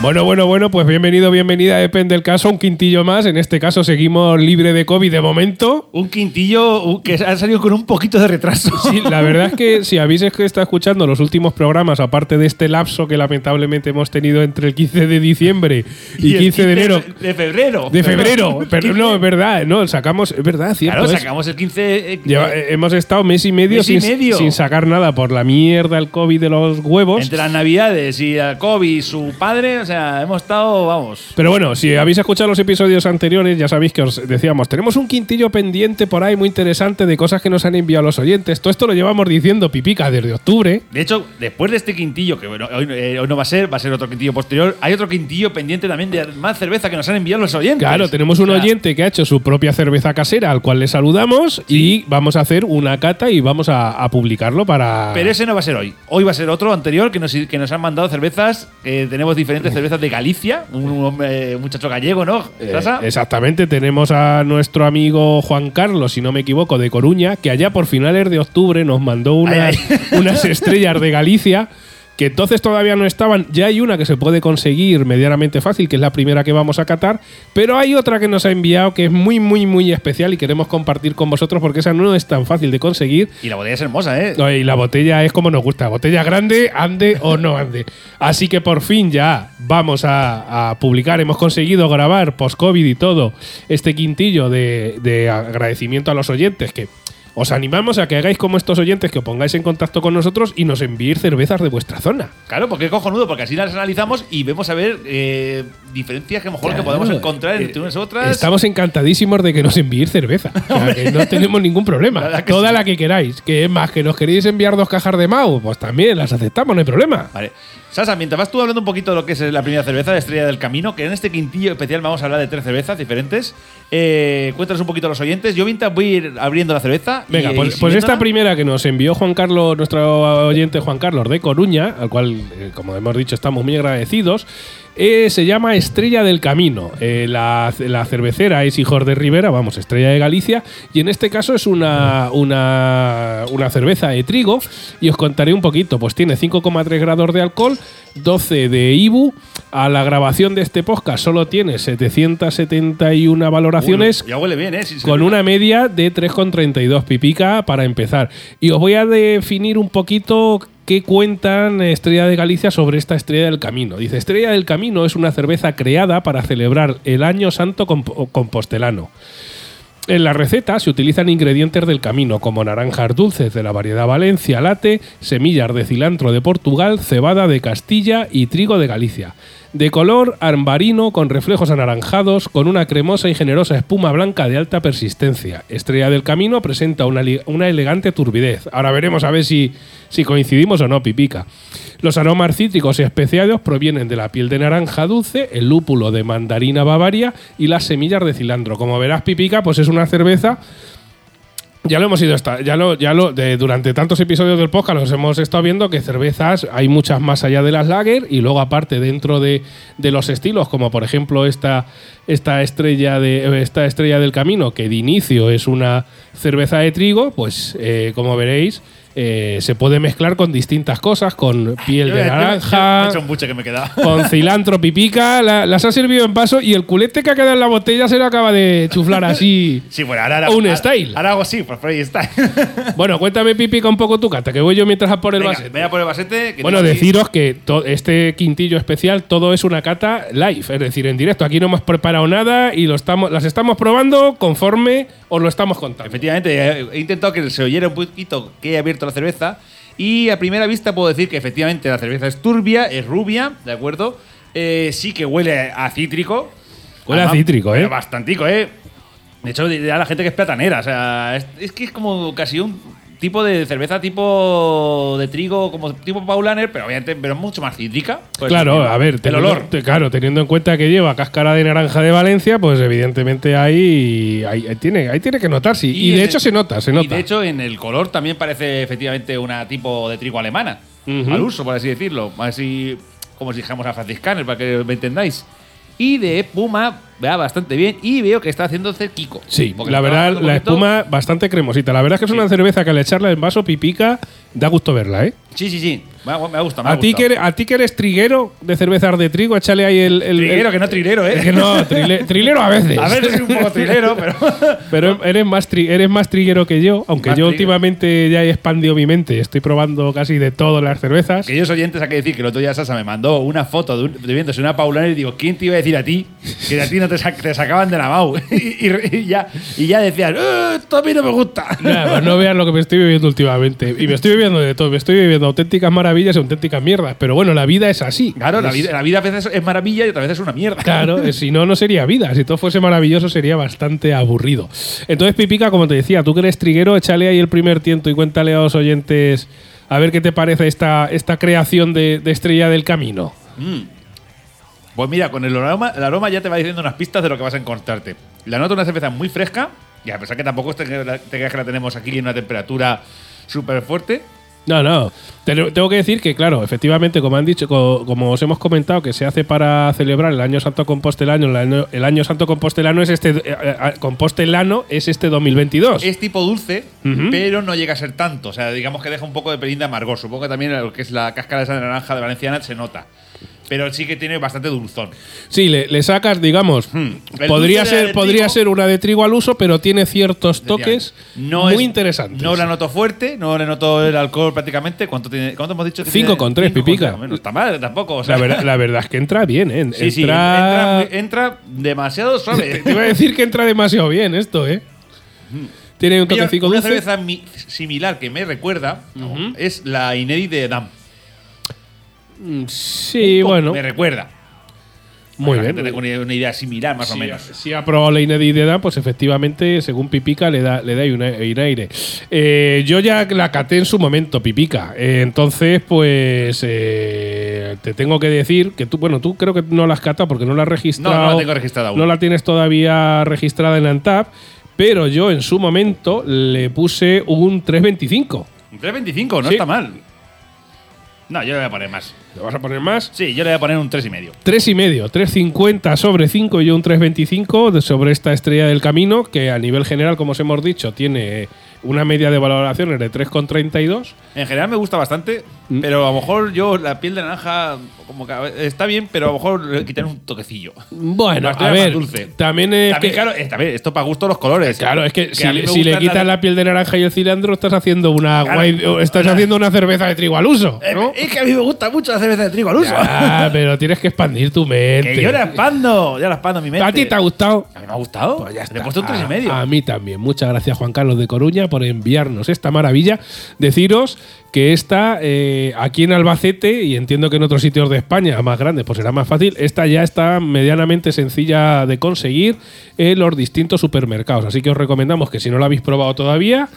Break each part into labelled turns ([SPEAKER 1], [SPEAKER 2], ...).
[SPEAKER 1] Bueno, bueno, bueno, pues bienvenido, bienvenida, depende del caso, un quintillo más. En este caso seguimos libre de COVID de momento.
[SPEAKER 2] Un quintillo uh, que ha salido con un poquito de retraso.
[SPEAKER 1] Sí, la verdad es que si habéis es- estado escuchando los últimos programas, aparte de este lapso que lamentablemente hemos tenido entre el 15 de diciembre y,
[SPEAKER 2] el
[SPEAKER 1] 15 de enero
[SPEAKER 2] De febrero.
[SPEAKER 1] de febrero, pero no, es verdad, no, sacamos, es verdad, cierto.
[SPEAKER 2] Claro,
[SPEAKER 1] es.
[SPEAKER 2] sacamos el 15. eh,
[SPEAKER 1] Lleva- eh, hemos estado mes y medio,
[SPEAKER 2] Mes y
[SPEAKER 1] sin,
[SPEAKER 2] medio.
[SPEAKER 1] sin sacar nada por la mierda, el COVID de los huevos.
[SPEAKER 2] entre las navidades y a Kobe y su padre, o sea, hemos estado, vamos.
[SPEAKER 1] Pero bueno, si habéis escuchado los episodios anteriores, ya sabéis que os decíamos, tenemos un quintillo pendiente por ahí muy interesante de cosas que nos han enviado los oyentes. Todo esto lo llevamos diciendo pipica desde octubre.
[SPEAKER 2] De hecho, después de este quintillo, que bueno, hoy, eh, hoy no va a ser, va a ser otro quintillo posterior, hay otro quintillo pendiente también de más cerveza que nos han enviado los oyentes.
[SPEAKER 1] Claro, tenemos un
[SPEAKER 2] O sea,
[SPEAKER 1] oyente que ha hecho su propia cerveza casera, al cual le saludamos, y vamos a hacer una cata y vamos a, a publicarlo para...
[SPEAKER 2] Pero ese no va a ser hoy. Hoy va a ser otro anterior que nos, que nos han mandado cervezas. eh, tenemos diferentes cervezas de Galicia. Un, hombre- un muchacho gallego, ¿no?
[SPEAKER 1] Eh,
[SPEAKER 2] Sasa?
[SPEAKER 1] exactamente, tenemos a nuestro amigo Juan Carlos, si no me equivoco, de Coruña, que allá por finales de octubre nos mandó unas,
[SPEAKER 2] Ay,
[SPEAKER 1] unas estrellas de Galicia, que entonces todavía no estaban. Ya hay una que se puede conseguir medianamente fácil, que es la primera que vamos a catar, pero hay otra que nos ha enviado que es muy, muy, muy especial y queremos compartir con vosotros porque esa no es tan fácil de conseguir.
[SPEAKER 2] Y la botella es hermosa, ¿eh?
[SPEAKER 1] No, Y la botella es como nos gusta, botella grande, ande o no ande. Así que por fin ya vamos a, a publicar, hemos conseguido grabar post-COVID y todo este quintillo de, de agradecimiento a los oyentes que... Os animamos a que hagáis como estos oyentes, que os pongáis en contacto con nosotros y nos enviéis cervezas de vuestras zona.
[SPEAKER 2] Claro, porque es cojonudo, porque así las analizamos y vemos a ver eh, diferencias que a lo mejor que
[SPEAKER 1] Claro.
[SPEAKER 2] podemos encontrar
[SPEAKER 1] Eh,
[SPEAKER 2] entre unas y otras.
[SPEAKER 1] Estamos encantadísimos de que nos enviéis cerveza. O sea, que no tenemos ningún
[SPEAKER 2] La
[SPEAKER 1] problema.
[SPEAKER 2] verdad que
[SPEAKER 1] Toda
[SPEAKER 2] sí.
[SPEAKER 1] la que queráis. Que es más, que nos queréis enviar dos cajas de Mau, pues también las aceptamos, no hay problema.
[SPEAKER 2] Vale. Sasa, mientras vas tú hablando un poquito de lo que es la primera cerveza de Estrella del Camino, que en este quintillo especial vamos a hablar de tres cervezas diferentes. Eh, cuéntanos un poquito a los oyentes. Yo mientras voy a ir abriendo la cerveza. y- eh,
[SPEAKER 1] Venga,
[SPEAKER 2] y
[SPEAKER 1] pues, pues esta
[SPEAKER 2] sirviéndola.
[SPEAKER 1] primera que nos envió Juan Carlos, nuestro oyente Juan Carlos de Coruña, al cual, eh, como hemos dicho, estamos muy agradecidos, eh, se llama Estrella del Camino. Eh, la, la cervecera es Hijos de Rivera, vamos, Estrella de Galicia, y en este caso es una, una, una cerveza de trigo, y os contaré un poquito, pues tiene 5,3 grados de alcohol, 12 de IBU, a la grabación de este podcast solo tiene 771 valoraciones,
[SPEAKER 2] Uy, ya huele bien, ¿eh? Sí, sí.
[SPEAKER 1] con una media de 3,32 pipica para empezar. Y os voy a definir un poquito qué cuentan Estrella de Galicia sobre esta Estrella del Camino. Dice, Estrella del Camino es una cerveza creada para celebrar el Año Santo comp- compostelano. En la receta se utilizan ingredientes del camino, como naranjas dulces de la variedad Valencia Late, semillas de cilantro de Portugal, cebada de Castilla y trigo de Galicia. De color ambarino con reflejos anaranjados, con una cremosa y generosa espuma blanca de alta persistencia. Estrella del Camino presenta una, li- una elegante turbidez. Ahora veremos a ver si, si coincidimos o no, Pipica. Los aromas cítricos y especiados provienen de la piel de naranja dulce, el lúpulo de mandarina bavaria y las semillas de cilantro. Como verás, Pipica, pues es una cerveza. Ya lo hemos ido esta- ya lo, ya lo, de- durante tantos episodios del podcast los hemos estado viendo que cervezas hay muchas más allá de las lager y luego aparte dentro de, de los estilos, como por ejemplo esta, esta estrella de esta estrella del camino, que de inicio es una cerveza de trigo, pues eh, como veréis, eh, se puede mezclar con distintas cosas, con piel
[SPEAKER 2] Yo- yo-
[SPEAKER 1] de
[SPEAKER 2] yo-
[SPEAKER 1] naranja.
[SPEAKER 2] He hecho un buche que me quedaba.
[SPEAKER 1] Con cilantro, pipica, la- las ha servido en vaso y el culete que ha quedado en la botella se lo acaba de chuflar así.
[SPEAKER 2] Sí, bueno, ahora, ahora-
[SPEAKER 1] Un
[SPEAKER 2] ahora-
[SPEAKER 1] style.
[SPEAKER 2] Ahora hago así, pues por ahí está.
[SPEAKER 1] Bueno, cuéntame, Pipica, un poco tu cata, que voy yo mientras a por el
[SPEAKER 2] Venga,
[SPEAKER 1] base.
[SPEAKER 2] voy a por el basete. que
[SPEAKER 1] Bueno,
[SPEAKER 2] tengo aquí-
[SPEAKER 1] deciros que to- este quintillo especial todo es una cata live, es decir, en directo. Aquí no hemos preparado nada y lo estamos, las estamos probando conforme os lo estamos contando.
[SPEAKER 2] Efectivamente, eh, he intentado que se oyera un poquito que he abierto la cerveza. Y a primera vista puedo decir que efectivamente la cerveza es turbia, es rubia, ¿de acuerdo? Eh, sí que huele a cítrico.
[SPEAKER 1] Huele a cítrico, ¿eh?
[SPEAKER 2] pero Bastantico, ¿eh? De hecho, dirá la gente que es platanera. O sea, es, es que es como casi un tipo de cerveza tipo de trigo, como tipo Paulaner, pero obviamente pero mucho más cítrica. por así
[SPEAKER 1] claro,
[SPEAKER 2] decirlo.
[SPEAKER 1] a ver,
[SPEAKER 2] el
[SPEAKER 1] teniendo-
[SPEAKER 2] olor.
[SPEAKER 1] te- claro, teniendo en cuenta que lleva cáscara de naranja de Valencia, pues evidentemente ahí, ahí, ahí tiene, ahí tiene que notarse. Y, de
[SPEAKER 2] en
[SPEAKER 1] hecho
[SPEAKER 2] el-
[SPEAKER 1] se nota, se nota.
[SPEAKER 2] Y de hecho, en el color también parece efectivamente una tipo de trigo alemana.
[SPEAKER 1] Ujú.
[SPEAKER 2] Al uso, por así decirlo. Así como si dijéramos a franciscaner, para que me entendáis. Y de espuma va bastante bien y veo que está haciéndose Kiko.
[SPEAKER 1] Sí,
[SPEAKER 2] Porque
[SPEAKER 1] la
[SPEAKER 2] está
[SPEAKER 1] verdad,
[SPEAKER 2] bajando
[SPEAKER 1] la
[SPEAKER 2] un poquito.
[SPEAKER 1] espuma bastante cremosita. La verdad es que es una cerveza que al echarla en vaso pipica da gusto verla, ¿eh?
[SPEAKER 2] Sí, sí, sí. Me ha, me ha gustado. me ha
[SPEAKER 1] A ti, que
[SPEAKER 2] gustado.
[SPEAKER 1] eres, a ti que eres triguero de cervezas de trigo, échale ahí el. el-
[SPEAKER 2] Trilero,
[SPEAKER 1] el-
[SPEAKER 2] que no trilero, ¿eh?
[SPEAKER 1] Es que no, trile- trilero a veces.
[SPEAKER 2] A ver, soy un poco trilero, pero.
[SPEAKER 1] Pero eres más, tri- eres más triguero que yo, aunque
[SPEAKER 2] Más
[SPEAKER 1] yo
[SPEAKER 2] triguero.
[SPEAKER 1] últimamente ya he expandido mi mente. Estoy probando casi de todas las cervezas.
[SPEAKER 2] Aquellos oyentes, hay que decir que el otro día Sasa me mandó una foto de, un, de viéndose una paulana y digo, ¿quién te iba a decir a ti que a ti no te, sa- te sacaban de la MAU? y, y- y ya, y ya decías, "Eh, esto a mí no me gusta.
[SPEAKER 1] Ya, pues no veas lo que me estoy viviendo últimamente. Y me estoy viviendo de todo. Me estoy viviendo auténticas maravillas y auténticas mierdas. Pero bueno, la vida es así.
[SPEAKER 2] Claro, la
[SPEAKER 1] Es-
[SPEAKER 2] vida, la vida a veces es maravilla y otras veces es una mierda.
[SPEAKER 1] Pues Claro, eh, si no, no sería vida. Si todo fuese maravilloso, sería bastante aburrido. Entonces, Pipica, como te decía, tú que eres triguero, échale ahí el primer tiento y cuéntale a los oyentes a ver qué te parece esta, esta creación de, de Estrella del Camino.
[SPEAKER 2] Pues mira, con el aroma, el aroma ya te va diciendo unas pistas de lo que vas a encontrarte. La nota una cerveza muy fresca, y a pesar que tampoco te, te creas que la tenemos aquí en una temperatura súper fuerte.
[SPEAKER 1] No, no. Te- Tengo que decir que, claro, efectivamente, como han dicho, co- como os hemos comentado, que se hace para celebrar el año santo compostelano, el año, el año santo compostelano es este eh, eh, compostelano es este 2022.
[SPEAKER 2] Es tipo dulce,
[SPEAKER 1] Ujú.
[SPEAKER 2] pero no llega a ser tanto. O sea, digamos que deja un poco de pelín de amargor. Supongo que también lo que es la cáscara esa de naranja de Valenciana se nota. Pero sí que tiene bastante dulzón.
[SPEAKER 1] Sí, le, le sacas, digamos,
[SPEAKER 2] Hmm. El
[SPEAKER 1] podría
[SPEAKER 2] dulce de la
[SPEAKER 1] ser,
[SPEAKER 2] de
[SPEAKER 1] podría
[SPEAKER 2] trigo.
[SPEAKER 1] ser una de trigo al uso, pero tiene ciertos toques
[SPEAKER 2] No
[SPEAKER 1] muy
[SPEAKER 2] es-
[SPEAKER 1] interesantes.
[SPEAKER 2] No la noto fuerte, no le noto el alcohol prácticamente. ¿Cuánto, tiene, cuánto hemos dicho? que tiene?
[SPEAKER 1] 5,3,
[SPEAKER 2] Cinco
[SPEAKER 1] pipica.
[SPEAKER 2] con tres. No está mal tampoco. O sea,
[SPEAKER 1] la, verdad, la verdad es que entra bien, ¿eh?
[SPEAKER 2] Sí, sí,
[SPEAKER 1] entra...
[SPEAKER 2] entra, entra demasiado suave.
[SPEAKER 1] Te iba a decir que entra demasiado bien esto, ¿eh? Tiene un
[SPEAKER 2] Hmm. Mira,
[SPEAKER 1] toquecito
[SPEAKER 2] una
[SPEAKER 1] dulce.
[SPEAKER 2] cerveza mi- similar que me recuerda es la Inedi de Dam.
[SPEAKER 1] Sí, bueno,
[SPEAKER 2] Me recuerda.
[SPEAKER 1] muy
[SPEAKER 2] Para que
[SPEAKER 1] bien.
[SPEAKER 2] te tenga una, una idea similar, más
[SPEAKER 1] Si-
[SPEAKER 2] o menos.
[SPEAKER 1] Si ha probado la inedidad, pues efectivamente, según Pipica, le da, le da ahí un ai- un aire. Eh, yo ya la caté en su momento, Pipica. Eh, entonces, pues eh, te tengo que decir que tú, bueno, tú creo que no la has catado porque no la has registrado.
[SPEAKER 2] No, no la tengo registrada aún.
[SPEAKER 1] No la tienes todavía registrada en Antap, pero yo en su momento le puse un 325.
[SPEAKER 2] Un 3.25, no
[SPEAKER 1] Sí.
[SPEAKER 2] está mal. No, yo le voy a poner más.
[SPEAKER 1] ¿Le vas a poner más?
[SPEAKER 2] Sí, yo le voy a poner un 3,5.
[SPEAKER 1] Tres y medio, 3.50 sobre 5 y un 3.25 de- sobre esta estrella del camino que a nivel general, como os hemos dicho, tiene una media de valoraciones de 3,32.
[SPEAKER 2] En general me gusta bastante,
[SPEAKER 1] Mm.
[SPEAKER 2] pero a lo mejor yo la piel de naranja como que a ve- está bien, pero a lo mejor le quitan un toquecillo.
[SPEAKER 1] Bueno,
[SPEAKER 2] Bastante
[SPEAKER 1] a
[SPEAKER 2] más
[SPEAKER 1] ver,
[SPEAKER 2] dulce.
[SPEAKER 1] también es
[SPEAKER 2] También,
[SPEAKER 1] que-
[SPEAKER 2] claro, eh, también, esto para gusto los colores.
[SPEAKER 1] claro, es que, si,
[SPEAKER 2] a mí
[SPEAKER 1] le-
[SPEAKER 2] me
[SPEAKER 1] si le
[SPEAKER 2] gustan
[SPEAKER 1] quitas la piel de naranja y el cilantro, estás haciendo una
[SPEAKER 2] Claro.
[SPEAKER 1] guay- o estás haciendo una cerveza de trigo al uso,
[SPEAKER 2] Eh,
[SPEAKER 1] ¿no?
[SPEAKER 2] Es que a mí me gusta mucho la cerveza de trigo al uso.
[SPEAKER 1] Ah, pero tienes que expandir tu mente.
[SPEAKER 2] Que yo la expando, ya la expando mi mente.
[SPEAKER 1] ¿A ti te ha gustado?
[SPEAKER 2] A mí me ha gustado.
[SPEAKER 1] Pues ya está.
[SPEAKER 2] Le he puesto un 3,5.
[SPEAKER 1] A- A, mí también. Muchas gracias, Juan Carlos de Coruña, por enviarnos esta maravilla. Deciros que esta, eh, aquí en Albacete, y entiendo que en otros sitios de España, más grandes, pues será más fácil, esta ya está medianamente sencilla de conseguir en los distintos supermercados. Así que os recomendamos que si no la habéis probado todavía,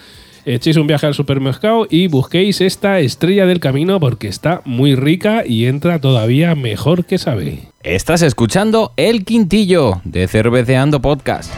[SPEAKER 1] echéis un viaje al supermercado y busquéis esta estrella del camino porque está muy rica y entra todavía mejor que sabéis.
[SPEAKER 3] Estás escuchando El Quintillo de Cerveceando Podcast.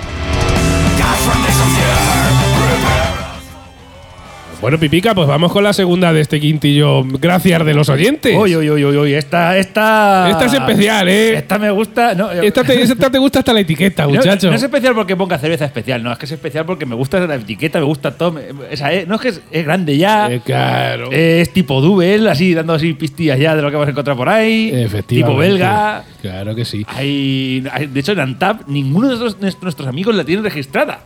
[SPEAKER 1] Bueno, Pipica, pues vamos con la segunda de este quintillo. Gracias de los oyentes.
[SPEAKER 2] Uy, uy, uy, uy, uy, esta, esta.
[SPEAKER 1] Esta es especial, ¿eh?
[SPEAKER 2] Esta me gusta. No,
[SPEAKER 1] Esta, te, esta te gusta hasta la etiqueta,
[SPEAKER 2] no-
[SPEAKER 1] muchacho.
[SPEAKER 2] No, es especial porque ponga cerveza especial, no, es que es especial porque me gusta la etiqueta, me gusta todo. me- esa es- no es que es, es grande ya.
[SPEAKER 1] Eh, claro.
[SPEAKER 2] eh, es tipo Duvel, así dando así pistillas ya de lo que vas a encontrar por ahí.
[SPEAKER 1] Efectivamente.
[SPEAKER 2] Tipo belga.
[SPEAKER 1] Claro que sí.
[SPEAKER 2] Hay, hay- de hecho, en Antap ninguno de nuestros, de nuestros amigos la tiene registrada.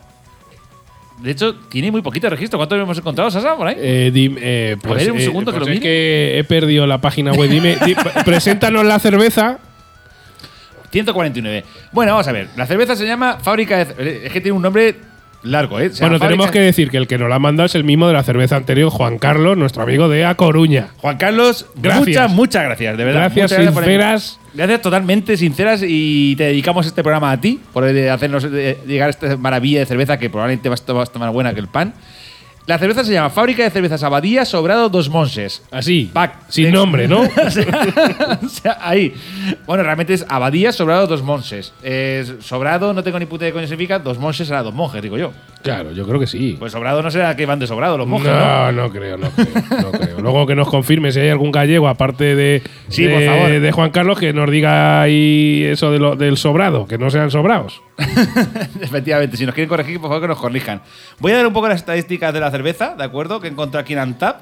[SPEAKER 2] De hecho, tiene muy poquito registro. ¿Cuántos hemos encontrado, Sasa, por ahí?
[SPEAKER 1] Eh, dim- eh, pues,
[SPEAKER 2] ver, un
[SPEAKER 1] eh,
[SPEAKER 2] segundo que
[SPEAKER 1] pues
[SPEAKER 2] lo
[SPEAKER 1] es
[SPEAKER 2] mire.
[SPEAKER 1] que he perdido la página web. Dime, di- preséntanos la cerveza.
[SPEAKER 2] 149. Bueno, vamos a ver. La cerveza se llama Fábrica de Ce- Es que tiene un nombre largo, ¿eh? Se llama
[SPEAKER 1] bueno, tenemos que
[SPEAKER 2] Fábrica-
[SPEAKER 1] decir que el que nos la ha mandado es el mismo de la cerveza anterior, Juan Carlos, nuestro amigo de A Coruña.
[SPEAKER 2] Juan Carlos,
[SPEAKER 1] Gracias.
[SPEAKER 2] muchas, muchas gracias, de verdad.
[SPEAKER 1] Gracias
[SPEAKER 2] Muchas por envi-
[SPEAKER 1] sinceras.
[SPEAKER 2] gracias totalmente sinceras y te dedicamos este programa a ti por eh, hacernos eh, llegar esta maravilla de cerveza que probablemente va a estar más buena que el pan. La cerveza se llama Fábrica de Cervezas Abadía Sobrado Dos Monses.
[SPEAKER 1] Así.
[SPEAKER 2] Pack.
[SPEAKER 1] Sin
[SPEAKER 2] De-
[SPEAKER 1] nombre, ¿no?
[SPEAKER 2] o sea, o sea, ahí. Bueno, realmente es Abadía Sobrado Dos Monses. Eh, sobrado, no tengo ni puta de coño significa, Dos Monses será dos monjes, digo yo.
[SPEAKER 1] Claro, yo creo que sí.
[SPEAKER 2] Pues sobrado no será que van de sobrado los monjes, ¿no?
[SPEAKER 1] no, no creo, no creo, no creo. Luego que nos confirme si hay algún gallego, aparte de,
[SPEAKER 2] Sí,
[SPEAKER 1] de,
[SPEAKER 2] por favor.
[SPEAKER 1] de Juan Carlos, que nos diga ahí eso de lo- del sobrado, que no sean sobrados.
[SPEAKER 2] Efectivamente, si nos quieren corregir, por favor que nos corrijan. Voy a dar un poco las estadísticas de la cerveza, ¿de acuerdo? Que encontré aquí en Antap.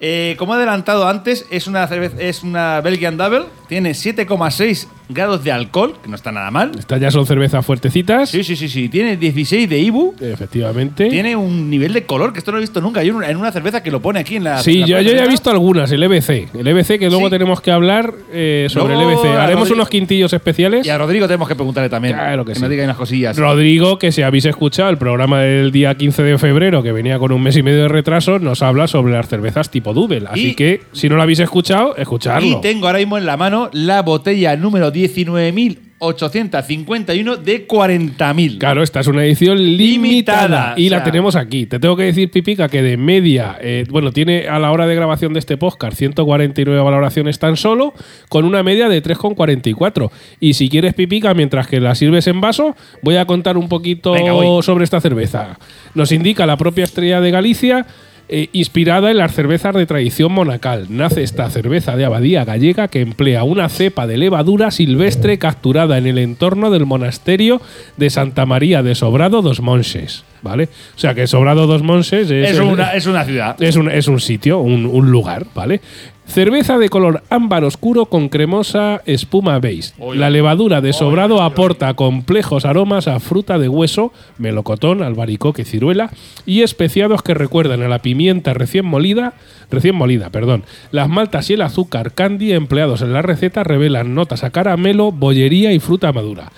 [SPEAKER 2] Eh, como he adelantado antes, es una, cerveza, es una Belgian Double, tiene 7,6 grados de alcohol, que no está nada mal.
[SPEAKER 1] Estas ya son cervezas fuertecitas.
[SPEAKER 2] Sí, sí, sí, sí, tiene 16 de IBU.
[SPEAKER 1] Efectivamente.
[SPEAKER 2] Tiene un nivel de color que esto no lo he visto nunca. Yo en una- en una cerveza que lo pone aquí en la.
[SPEAKER 1] Sí,
[SPEAKER 2] la
[SPEAKER 1] yo, yo ya he
[SPEAKER 2] cerveza.
[SPEAKER 1] visto algunas, el EBC. El EBC que luego
[SPEAKER 2] Sí.
[SPEAKER 1] tenemos que hablar eh, sobre
[SPEAKER 2] Luego,
[SPEAKER 1] el EBC.
[SPEAKER 2] a
[SPEAKER 1] Haremos
[SPEAKER 2] Rodrigo-
[SPEAKER 1] unos quintillos especiales.
[SPEAKER 2] Y a Rodrigo tenemos que preguntarle también.
[SPEAKER 1] Claro que
[SPEAKER 2] que
[SPEAKER 1] sí.
[SPEAKER 2] nos diga unas cosillas.
[SPEAKER 1] Rodrigo, que si habéis escuchado el programa del día 15 de febrero, que venía con un mes y medio de retraso, nos habla sobre las cervezas tipo Double. Así
[SPEAKER 2] Y-
[SPEAKER 1] que, si no lo habéis escuchado, escuchadlo.
[SPEAKER 2] Y tengo ahora mismo en la mano la botella número 19.851 de 40.000.
[SPEAKER 1] Claro, esta es una edición limitada.
[SPEAKER 2] Limitada,
[SPEAKER 1] y
[SPEAKER 2] o
[SPEAKER 1] la
[SPEAKER 2] sea.
[SPEAKER 1] tenemos aquí. Te tengo que decir, Pipica, que de media, eh, bueno, tiene a la hora de grabación de este podcast 149 valoraciones tan solo, con una media de 3,44. Y si quieres, Pipica, mientras que la sirves en vaso, voy a contar un poquito
[SPEAKER 2] Venga, voy.
[SPEAKER 1] sobre esta cerveza. Nos indica la propia estrella de Galicia. eh, inspirada en las cervezas de tradición monacal, nace esta cerveza de abadía gallega que emplea una cepa de levadura silvestre capturada en el entorno del monasterio de Santa María de Sobrado dos Monses. ¿Vale? O sea que Sobrado dos Monses es,
[SPEAKER 2] Es
[SPEAKER 1] el-
[SPEAKER 2] una, es una ciudad.
[SPEAKER 1] es un, es un sitio, un, un lugar, ¿vale? Cerveza de color ámbar oscuro con cremosa espuma beige. La levadura de sobrado aporta complejos aromas a fruta de hueso, melocotón, albaricoque, ciruela y especiados que recuerdan a la pimienta recién molida, recién molida, perdón. Las maltas y el azúcar candy empleados en la receta revelan notas a caramelo, bollería y fruta madura.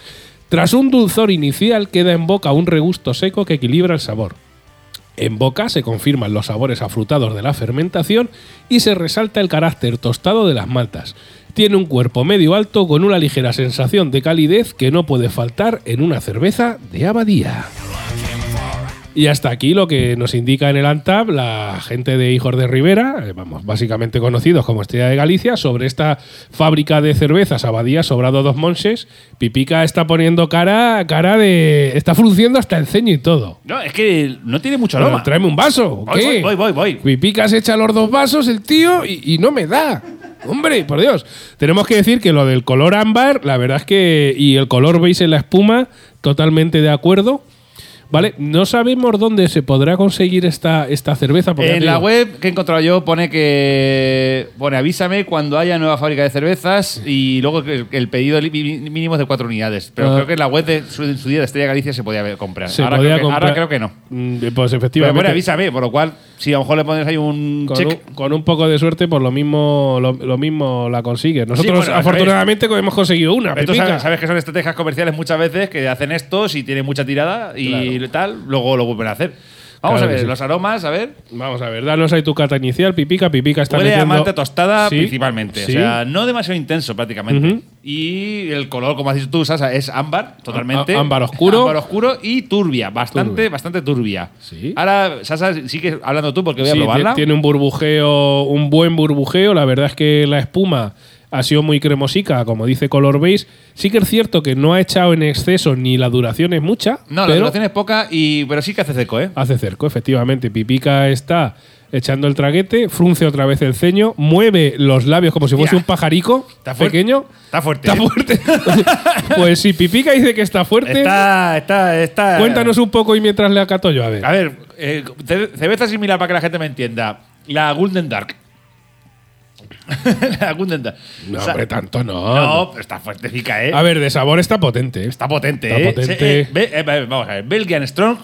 [SPEAKER 1] Tras un dulzor inicial queda en boca un regusto seco que equilibra el sabor. En boca se confirman los sabores afrutados de la fermentación y se resalta el carácter tostado de las maltas. Tiene un cuerpo medio alto con una ligera sensación de calidez que no puede faltar en una cerveza de abadía. Y hasta aquí lo que nos indica en el ANTAB la gente de Hijos de Rivera, eh, vamos, básicamente conocidos como Estrella de Galicia, sobre esta fábrica de cervezas Abadía Sobrado dos Monses. Pipica está poniendo cara, cara de. está frunciendo hasta el ceño y todo.
[SPEAKER 2] No, es que no tiene mucho
[SPEAKER 1] Pero
[SPEAKER 2] aroma.
[SPEAKER 1] tráeme un vaso. ¿o
[SPEAKER 2] Voy,
[SPEAKER 1] ¿qué?
[SPEAKER 2] voy, voy, voy, voy.
[SPEAKER 1] Mi pica se echa los dos vasos el tío y, y no me da. Hombre, por Dios. Tenemos que decir que lo del color ámbar, la verdad es que. Y el color veis en la espuma, totalmente de acuerdo. ¿Vale? No sabemos dónde se podrá conseguir esta, esta cerveza. porque ya
[SPEAKER 2] En
[SPEAKER 1] te
[SPEAKER 2] la
[SPEAKER 1] digo,
[SPEAKER 2] web que he encontrado yo pone que. Pone avísame cuando haya nueva fábrica de cervezas y luego que el- el pedido li- mi- mínimo es de cuatro unidades. Pero
[SPEAKER 1] Ah.
[SPEAKER 2] creo que en la web de su, en su día de Estrella Galicia se podía ver- comprar.
[SPEAKER 1] se
[SPEAKER 2] ahora,
[SPEAKER 1] podía
[SPEAKER 2] creo que, ahora
[SPEAKER 1] comprar-
[SPEAKER 2] creo que no.
[SPEAKER 1] Mm, Pues
[SPEAKER 2] Pero
[SPEAKER 1] efectivamente.
[SPEAKER 2] pone avísame, por lo cual, si a lo mejor le pones ahí un
[SPEAKER 1] con,
[SPEAKER 2] check.
[SPEAKER 1] un, con un poco de suerte, pues lo mismo, lo, lo mismo la consigues. Nosotros,
[SPEAKER 2] bueno, al
[SPEAKER 1] afortunadamente, hemos conseguido una.
[SPEAKER 2] Esto
[SPEAKER 1] Pipica.
[SPEAKER 2] sabes, sabes que son estrategias comerciales muchas veces que hacen esto, si tienen mucha tirada y tal, luego lo vuelven a hacer.
[SPEAKER 1] Claro
[SPEAKER 2] Vamos a
[SPEAKER 1] que
[SPEAKER 2] ver,
[SPEAKER 1] sí.
[SPEAKER 2] los aromas, a ver.
[SPEAKER 1] Vamos a ver, danos ahí tu cata inicial, pipica, pipica está
[SPEAKER 2] Huele a
[SPEAKER 1] metiendo-
[SPEAKER 2] malta tostada
[SPEAKER 1] Sí,
[SPEAKER 2] principalmente.
[SPEAKER 1] sí.
[SPEAKER 2] O sea, no demasiado intenso prácticamente.
[SPEAKER 1] Ujú.
[SPEAKER 2] Y el color, como has dicho tú, Sasa, es ámbar, totalmente.
[SPEAKER 1] Á- á- ámbar oscuro.
[SPEAKER 2] Ámbar oscuro y turbia, bastante,
[SPEAKER 1] Turbia.
[SPEAKER 2] bastante turbia.
[SPEAKER 1] Sí.
[SPEAKER 2] Ahora, Sasa, sigue hablando tú porque voy a
[SPEAKER 1] Sí, tie-
[SPEAKER 2] probarla.
[SPEAKER 1] tiene un burbujeo, un buen burbujeo. La verdad es que la espuma ha sido muy cremosica, como dice Color Base. Sí que es cierto que no ha echado en exceso ni la duración es mucha.
[SPEAKER 2] No, la
[SPEAKER 1] pero
[SPEAKER 2] duración es poca, y, pero sí que hace seco, ¿eh?
[SPEAKER 1] Hace cerco, efectivamente. Pipica está echando el traguete, frunce otra vez el ceño, mueve los labios como si fuese
[SPEAKER 2] Ya.
[SPEAKER 1] un pajarico
[SPEAKER 2] Está fuerte.
[SPEAKER 1] pequeño.
[SPEAKER 2] Está fuerte. ¿eh?
[SPEAKER 1] Está fuerte. pues si Pipica dice que está fuerte,
[SPEAKER 2] Está, está, está.
[SPEAKER 1] cuéntanos un poco y mientras le acato yo a ver.
[SPEAKER 2] A ver, eh, ce- cerveza similar para que la gente me entienda. La Golden Dark. la Golden Dark.
[SPEAKER 1] No,
[SPEAKER 2] O sea,
[SPEAKER 1] hombre, tanto no.
[SPEAKER 2] no, pero está fuertecica, ¿eh?
[SPEAKER 1] A ver, de sabor está potente.
[SPEAKER 2] Está potente,
[SPEAKER 1] Está
[SPEAKER 2] ¿eh?
[SPEAKER 1] potente.
[SPEAKER 2] Se- eh, ve- eh, ve- vamos a ver, Belgian Strong.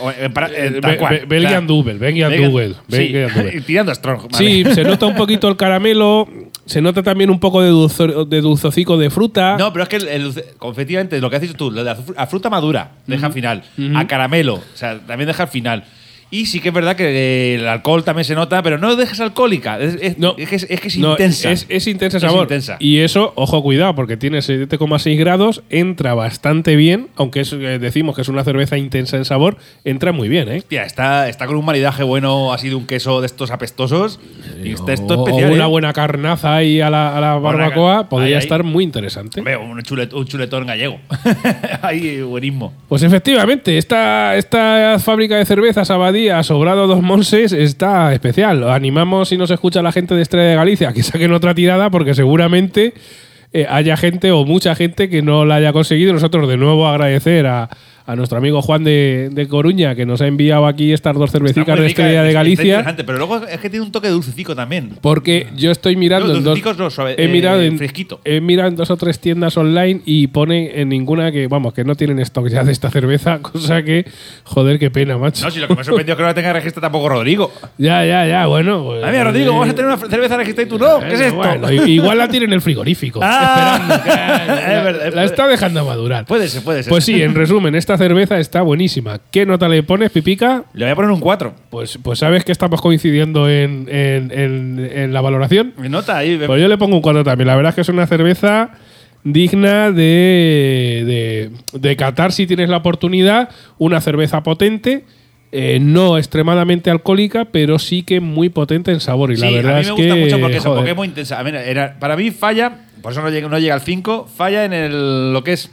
[SPEAKER 2] o, eh, para- eh,
[SPEAKER 1] Eh,
[SPEAKER 2] tal
[SPEAKER 1] Be-
[SPEAKER 2] cual.
[SPEAKER 1] Be- Belgian Double, Belgian Double,
[SPEAKER 2] sí,
[SPEAKER 1] Belgian Double.
[SPEAKER 2] tirando a Strong.
[SPEAKER 1] Sí,
[SPEAKER 2] vale.
[SPEAKER 1] se nota un poquito el caramelo, se nota también un poco de, dulzor- de dulzocico de fruta.
[SPEAKER 2] No, pero es que, el- el- efectivamente, lo que has dicho tú, lo de la fru- a fruta madura, deja al final. A caramelo, o sea, también deja al final. Y sí que es verdad que eh, el alcohol también se nota, pero no dejes alcohólica. Es, es-
[SPEAKER 1] No.
[SPEAKER 2] es que es, es que es
[SPEAKER 1] No,
[SPEAKER 2] intensa.
[SPEAKER 1] Es, es intensa,
[SPEAKER 2] Es
[SPEAKER 1] sabor.
[SPEAKER 2] intensa.
[SPEAKER 1] Y eso, ojo, cuidado, porque tiene 7,6 grados, entra bastante bien, aunque es, eh, decimos que es una cerveza intensa en sabor, entra muy bien, ¿eh?
[SPEAKER 2] Hostia, está, está con un maridaje bueno, así de un queso de estos apestosos. y está esto
[SPEAKER 1] O-
[SPEAKER 2] especial.
[SPEAKER 1] o una
[SPEAKER 2] ¿eh?
[SPEAKER 1] buena carnaza ahí a la, a la
[SPEAKER 2] Buena
[SPEAKER 1] barbacoa
[SPEAKER 2] car-
[SPEAKER 1] podría
[SPEAKER 2] ahí, ahí.
[SPEAKER 1] estar muy interesante.
[SPEAKER 2] Hombre, un, chulet- un chuletón gallego. Ahí, buenismo.
[SPEAKER 1] Pues efectivamente, esta, esta fábrica de cervezas Abadía Sobrado Dos Monses está especial. Animamos si nos escucha la gente de Estrella de Galicia que saquen otra tirada porque seguramente eh, haya gente o mucha gente que no la haya conseguido. Nosotros de nuevo agradecer a, a nuestro amigo Juan de, de Coruña que nos ha enviado aquí estas dos
[SPEAKER 2] Está
[SPEAKER 1] cervecitas
[SPEAKER 2] muy
[SPEAKER 1] de
[SPEAKER 2] rica,
[SPEAKER 1] Estrella este de
[SPEAKER 2] está
[SPEAKER 1] Galicia.
[SPEAKER 2] interesante, pero luego es que tiene un toque dulcecico también.
[SPEAKER 1] Porque yo estoy mirando
[SPEAKER 2] No,
[SPEAKER 1] en
[SPEAKER 2] los
[SPEAKER 1] dos,
[SPEAKER 2] chicos no, suave,
[SPEAKER 1] he
[SPEAKER 2] eh,
[SPEAKER 1] mirado en,
[SPEAKER 2] fresquito.
[SPEAKER 1] he mirado en dos o tres tiendas online y pone en ninguna que vamos que no tienen stock ya de esta cerveza, cosa que joder qué pena macho.
[SPEAKER 2] No, si lo que me sorprendió es que no la tenga registrada tampoco Rodrigo.
[SPEAKER 1] ya ya ya bueno. pues,
[SPEAKER 2] A mí, Rodrigo,
[SPEAKER 1] eh,
[SPEAKER 2] vamos a tener una cerveza registrada y tú no. ¿Qué es esto?
[SPEAKER 1] bueno, i- igual la tiene en el frigorífico.
[SPEAKER 2] Ah,
[SPEAKER 1] esperando que-
[SPEAKER 2] es verdad,
[SPEAKER 1] la,
[SPEAKER 2] es
[SPEAKER 1] la está
[SPEAKER 2] verdad.
[SPEAKER 1] dejando madurar.
[SPEAKER 2] Puede ser, puede ser.
[SPEAKER 1] Pues sí, en resumen, esta cerveza está buenísima. ¿Qué nota le pones, Pipica?
[SPEAKER 2] Le voy a poner un 4.
[SPEAKER 1] Pues, pues sabes que estamos coincidiendo en- en- en- en la valoración.
[SPEAKER 2] Mi nota ahí. ve-
[SPEAKER 1] Pues yo le pongo un 4 también. La verdad es que es una cerveza digna de, de, de catar si tienes la oportunidad. Una cerveza potente, eh, no extremadamente alcohólica, pero sí que muy potente en sabor. Y la
[SPEAKER 2] Sí,
[SPEAKER 1] verdad
[SPEAKER 2] a mí me
[SPEAKER 1] es
[SPEAKER 2] gusta
[SPEAKER 1] que,
[SPEAKER 2] mucho porque, eso,
[SPEAKER 1] joder,
[SPEAKER 2] porque es muy intensa. A ver, era- para mí falla, por eso no llega, no llega al 5, falla en el, lo que es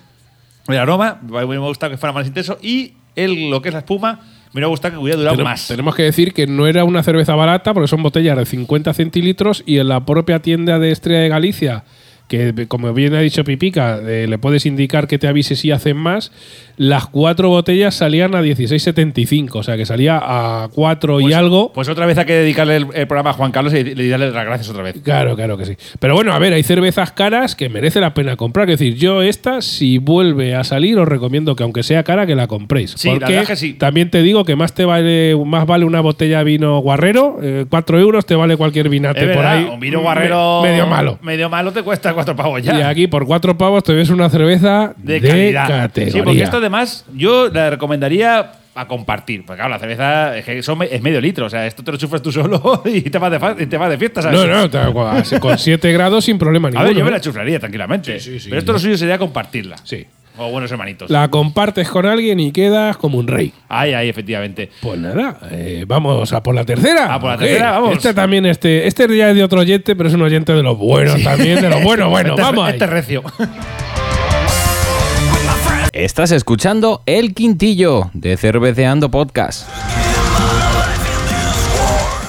[SPEAKER 2] el aroma, a mí me gusta que fuera más intenso, y el, lo que es la espuma, me hubiera gustado que hubiera durado
[SPEAKER 1] tenem-
[SPEAKER 2] más.
[SPEAKER 1] Tenemos que decir que no era una cerveza barata porque son botellas de 50 centilitros y en la propia tienda de Estrella de Galicia que como bien ha dicho Pipica, eh, le puedes indicar que te avise si hacen más, las cuatro botellas salían a 16,75, o sea que salía a 4 y
[SPEAKER 2] Pues-
[SPEAKER 1] algo.
[SPEAKER 2] Pues otra vez hay que dedicarle el, el programa a Juan Carlos y, y darle las gracias otra vez.
[SPEAKER 1] Claro, claro que sí. Pero bueno, a ver, hay cervezas caras que merece la pena comprar. Es decir, yo esta, si vuelve a salir, os recomiendo que aunque sea cara, que la compréis.
[SPEAKER 2] Sí, la
[SPEAKER 1] Porque
[SPEAKER 2] verdad es que sí.
[SPEAKER 1] también te digo que más te vale, más vale una botella de vino guarrero, 4 euros, te vale cualquier vinate
[SPEAKER 2] Es
[SPEAKER 1] por
[SPEAKER 2] verdad,
[SPEAKER 1] ahí.
[SPEAKER 2] un vino guarrero.
[SPEAKER 1] mm, me- medio malo.
[SPEAKER 2] Medio malo te cuesta cuatro pavos ya.
[SPEAKER 1] Y aquí por cuatro pavos te ves una cerveza de,
[SPEAKER 2] de calidad.
[SPEAKER 1] categoría.
[SPEAKER 2] Sí, porque esto además yo la recomendaría a compartir. Porque claro, la cerveza es, que son me- es medio litro. O sea, esto te lo chufas tú solo y te vas de, fa- y te vas de fiesta, ¿sabes?
[SPEAKER 1] no, no, tal cual, así, con 7 grados sin problema
[SPEAKER 2] A
[SPEAKER 1] ninguno.
[SPEAKER 2] ver, yo me
[SPEAKER 1] ¿eh?
[SPEAKER 2] la chuflaría tranquilamente.
[SPEAKER 1] Sí, sí, sí.
[SPEAKER 2] Pero esto lo suyo sería compartirla.
[SPEAKER 1] Sí.
[SPEAKER 2] O buenos hermanitos.
[SPEAKER 1] La compartes con alguien y quedas como un rey.
[SPEAKER 2] Ahí, ahí, efectivamente.
[SPEAKER 1] Pues nada, eh, vamos a por la tercera.
[SPEAKER 2] A por la
[SPEAKER 1] Ok.
[SPEAKER 2] tercera, vamos.
[SPEAKER 1] Este también, este, este ya es de otro oyente, pero es un oyente de los buenos también, de los buenos, bueno,
[SPEAKER 2] Este es-
[SPEAKER 1] vamos. ahí.
[SPEAKER 2] Este es recio.
[SPEAKER 3] Estás escuchando El Quintillo de Cerveceando Podcast.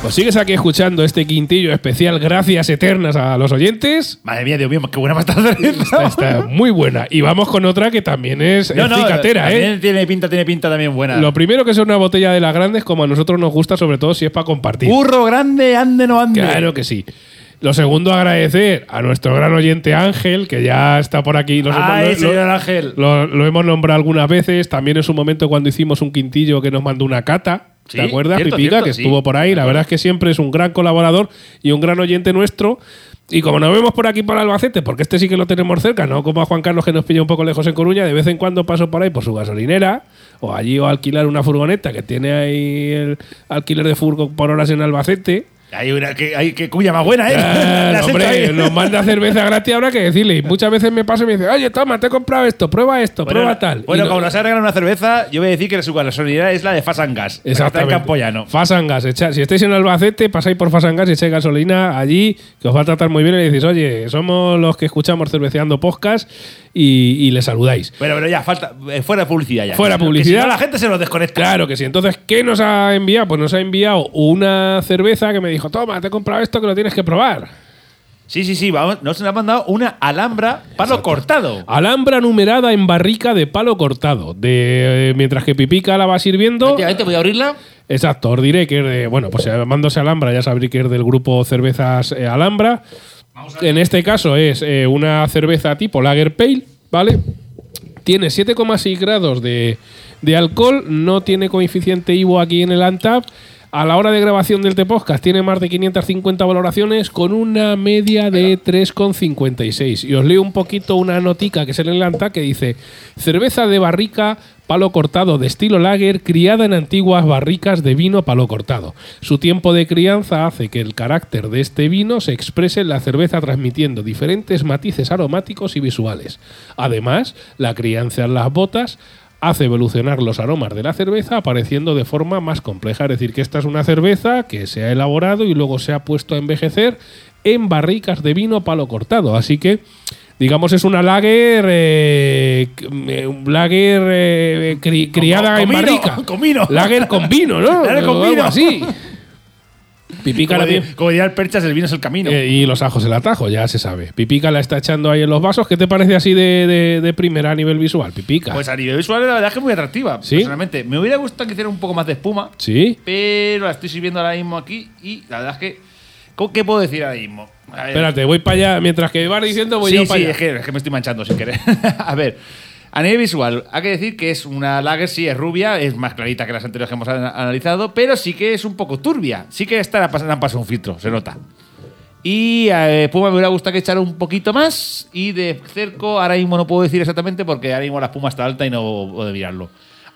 [SPEAKER 1] Pues sigues aquí escuchando este quintillo especial, gracias eternas a los oyentes.
[SPEAKER 2] Madre mía, Dios mío, qué buena va a estar la cerveza.
[SPEAKER 1] Está muy buena. Y vamos con otra que también es, es cicatera, ¿eh?
[SPEAKER 2] también Tiene pinta, tiene pinta también buena.
[SPEAKER 1] Lo primero que es una botella de las grandes, como a nosotros nos gusta, sobre todo si es para compartir.
[SPEAKER 2] Burro grande, ande no ande.
[SPEAKER 1] Claro que sí. Lo segundo, agradecer a nuestro gran oyente Ángel, que ya está por aquí. Los hemos-
[SPEAKER 2] Ay,
[SPEAKER 1] lo-
[SPEAKER 2] señor Ángel.
[SPEAKER 1] Lo, lo hemos nombrado algunas veces. También en su momento cuando hicimos un quintillo que nos mandó una cata.
[SPEAKER 2] Sí,
[SPEAKER 1] ¿Te acuerdas,
[SPEAKER 2] cierto,
[SPEAKER 1] Pipica?
[SPEAKER 2] cierto,
[SPEAKER 1] que
[SPEAKER 2] sí.
[SPEAKER 1] estuvo por ahí. La verdad es que siempre es un gran colaborador y un gran oyente nuestro. Y como nos vemos por aquí para Albacete, porque este sí que lo tenemos cerca, no como a Juan Carlos que nos pilla un poco lejos en Coruña, de vez en cuando paso por ahí por su gasolinera o allí o alquilar una furgoneta que tiene ahí el alquiler de furgo por horas en Albacete.
[SPEAKER 2] Hay una que, hay que cuya más buena, ¿eh?
[SPEAKER 1] Claro,
[SPEAKER 2] La has hecho
[SPEAKER 1] hombre,
[SPEAKER 2] ahí.
[SPEAKER 1] nos manda cerveza gratis, habrá que decirle. Y muchas veces me pasa y me dice, oye, toma, te he comprado esto, prueba esto, prueba tal.
[SPEAKER 2] Bueno,
[SPEAKER 1] Y no-
[SPEAKER 2] como nos ha regalado una cerveza, yo voy a decir que su gasolinera es la de Fasan Gas. la que está en
[SPEAKER 1] Exactamente.
[SPEAKER 2] Campoyano.
[SPEAKER 1] Fasangas, echad- si estáis en Albacete, pasáis por Fasangas y echáis gasolina allí, que os va a tratar muy bien y le decís, oye, somos los que escuchamos cerveceando podcast y, y le saludáis.
[SPEAKER 2] Bueno, pero ya, falta. eh, fuera de publicidad ya.
[SPEAKER 1] Fuera
[SPEAKER 2] Que
[SPEAKER 1] publicidad.
[SPEAKER 2] si no, la gente se nos desconecta.
[SPEAKER 1] Claro que sí. Entonces, ¿qué nos ha enviado? Pues nos ha enviado una cerveza que me dijo, toma, te he comprado esto que lo tienes que probar.
[SPEAKER 2] Sí, sí, sí. Vamos, nos han mandado una alhambra palo cortado.
[SPEAKER 1] Ah, Alhambra numerada en barrica de palo cortado. De, eh, mientras que Pipica la va sirviendo.
[SPEAKER 4] Efectivamente, voy a abrirla.
[SPEAKER 1] Exacto, os diré que es de. Bueno, pues llamándose Alhambra, ya sabréis que es del grupo Cervezas eh, Alhambra. En este caso es eh, una cerveza tipo Lager Pale, ¿vale? Tiene 7,6 grados de, de alcohol, no tiene coeficiente IVO aquí en el ANTAP. A la hora de grabación del T-Podcast tiene más de 550 valoraciones con una media de 3,56. Y os leo un poquito una notica que se le en el ANTAP que dice cerveza de barrica palo cortado de estilo lager, criada en antiguas barricas de vino palo cortado. Su tiempo de crianza hace que el carácter de este vino se exprese en la cerveza transmitiendo diferentes matices aromáticos y visuales. Además, la crianza en las botas hace evolucionar los aromas de la cerveza apareciendo de forma más compleja. Es decir, que esta es una cerveza que se ha elaborado y luego se ha puesto a envejecer en barricas de vino palo cortado. Así que, digamos, es una lager, eh, c- eh, un lager eh, cri- criada
[SPEAKER 2] con
[SPEAKER 1] en
[SPEAKER 2] vino,
[SPEAKER 1] barrica.
[SPEAKER 2] con vino.
[SPEAKER 1] Lager con vino, ¿no?
[SPEAKER 2] Lager con
[SPEAKER 1] O algo
[SPEAKER 2] vino.
[SPEAKER 1] así. Pipica
[SPEAKER 2] Como,
[SPEAKER 1] la
[SPEAKER 2] di-
[SPEAKER 1] pi-
[SPEAKER 2] como diría el Perchas, el vino es el camino.
[SPEAKER 1] eh, y los ajos el atajo, ya se sabe. Pipica la está echando ahí en los vasos. ¿Qué te parece así de, de- de primera a nivel visual? Pipica.
[SPEAKER 2] pues a nivel visual, la verdad es que es muy atractiva.
[SPEAKER 1] ¿Sí?
[SPEAKER 2] Personalmente, me hubiera gustado que hiciera un poco más de espuma,
[SPEAKER 1] sí.
[SPEAKER 2] pero la estoy sirviendo ahora mismo aquí y la verdad es que. ¿cómo- ¿Qué puedo decir ahora mismo? A ver.
[SPEAKER 1] Espérate, voy para allá. Mientras que vas diciendo, voy
[SPEAKER 2] sí,
[SPEAKER 1] yo
[SPEAKER 2] sí,
[SPEAKER 1] para allá.
[SPEAKER 2] Es, que, es que me estoy manchando sin querer. a ver, a nivel visual, hay que decir que es una lager, sí, es rubia, es más clarita que las anteriores que hemos ana- analizado, pero sí que es un poco turbia. Sí que esta la pas- la han pasado un filtro, se nota. Y eh, Puma me hubiera gustado que echara un poquito más. Y de cerco, ahora mismo no puedo decir exactamente porque ahora mismo la espuma está alta y no puedo mirarlo.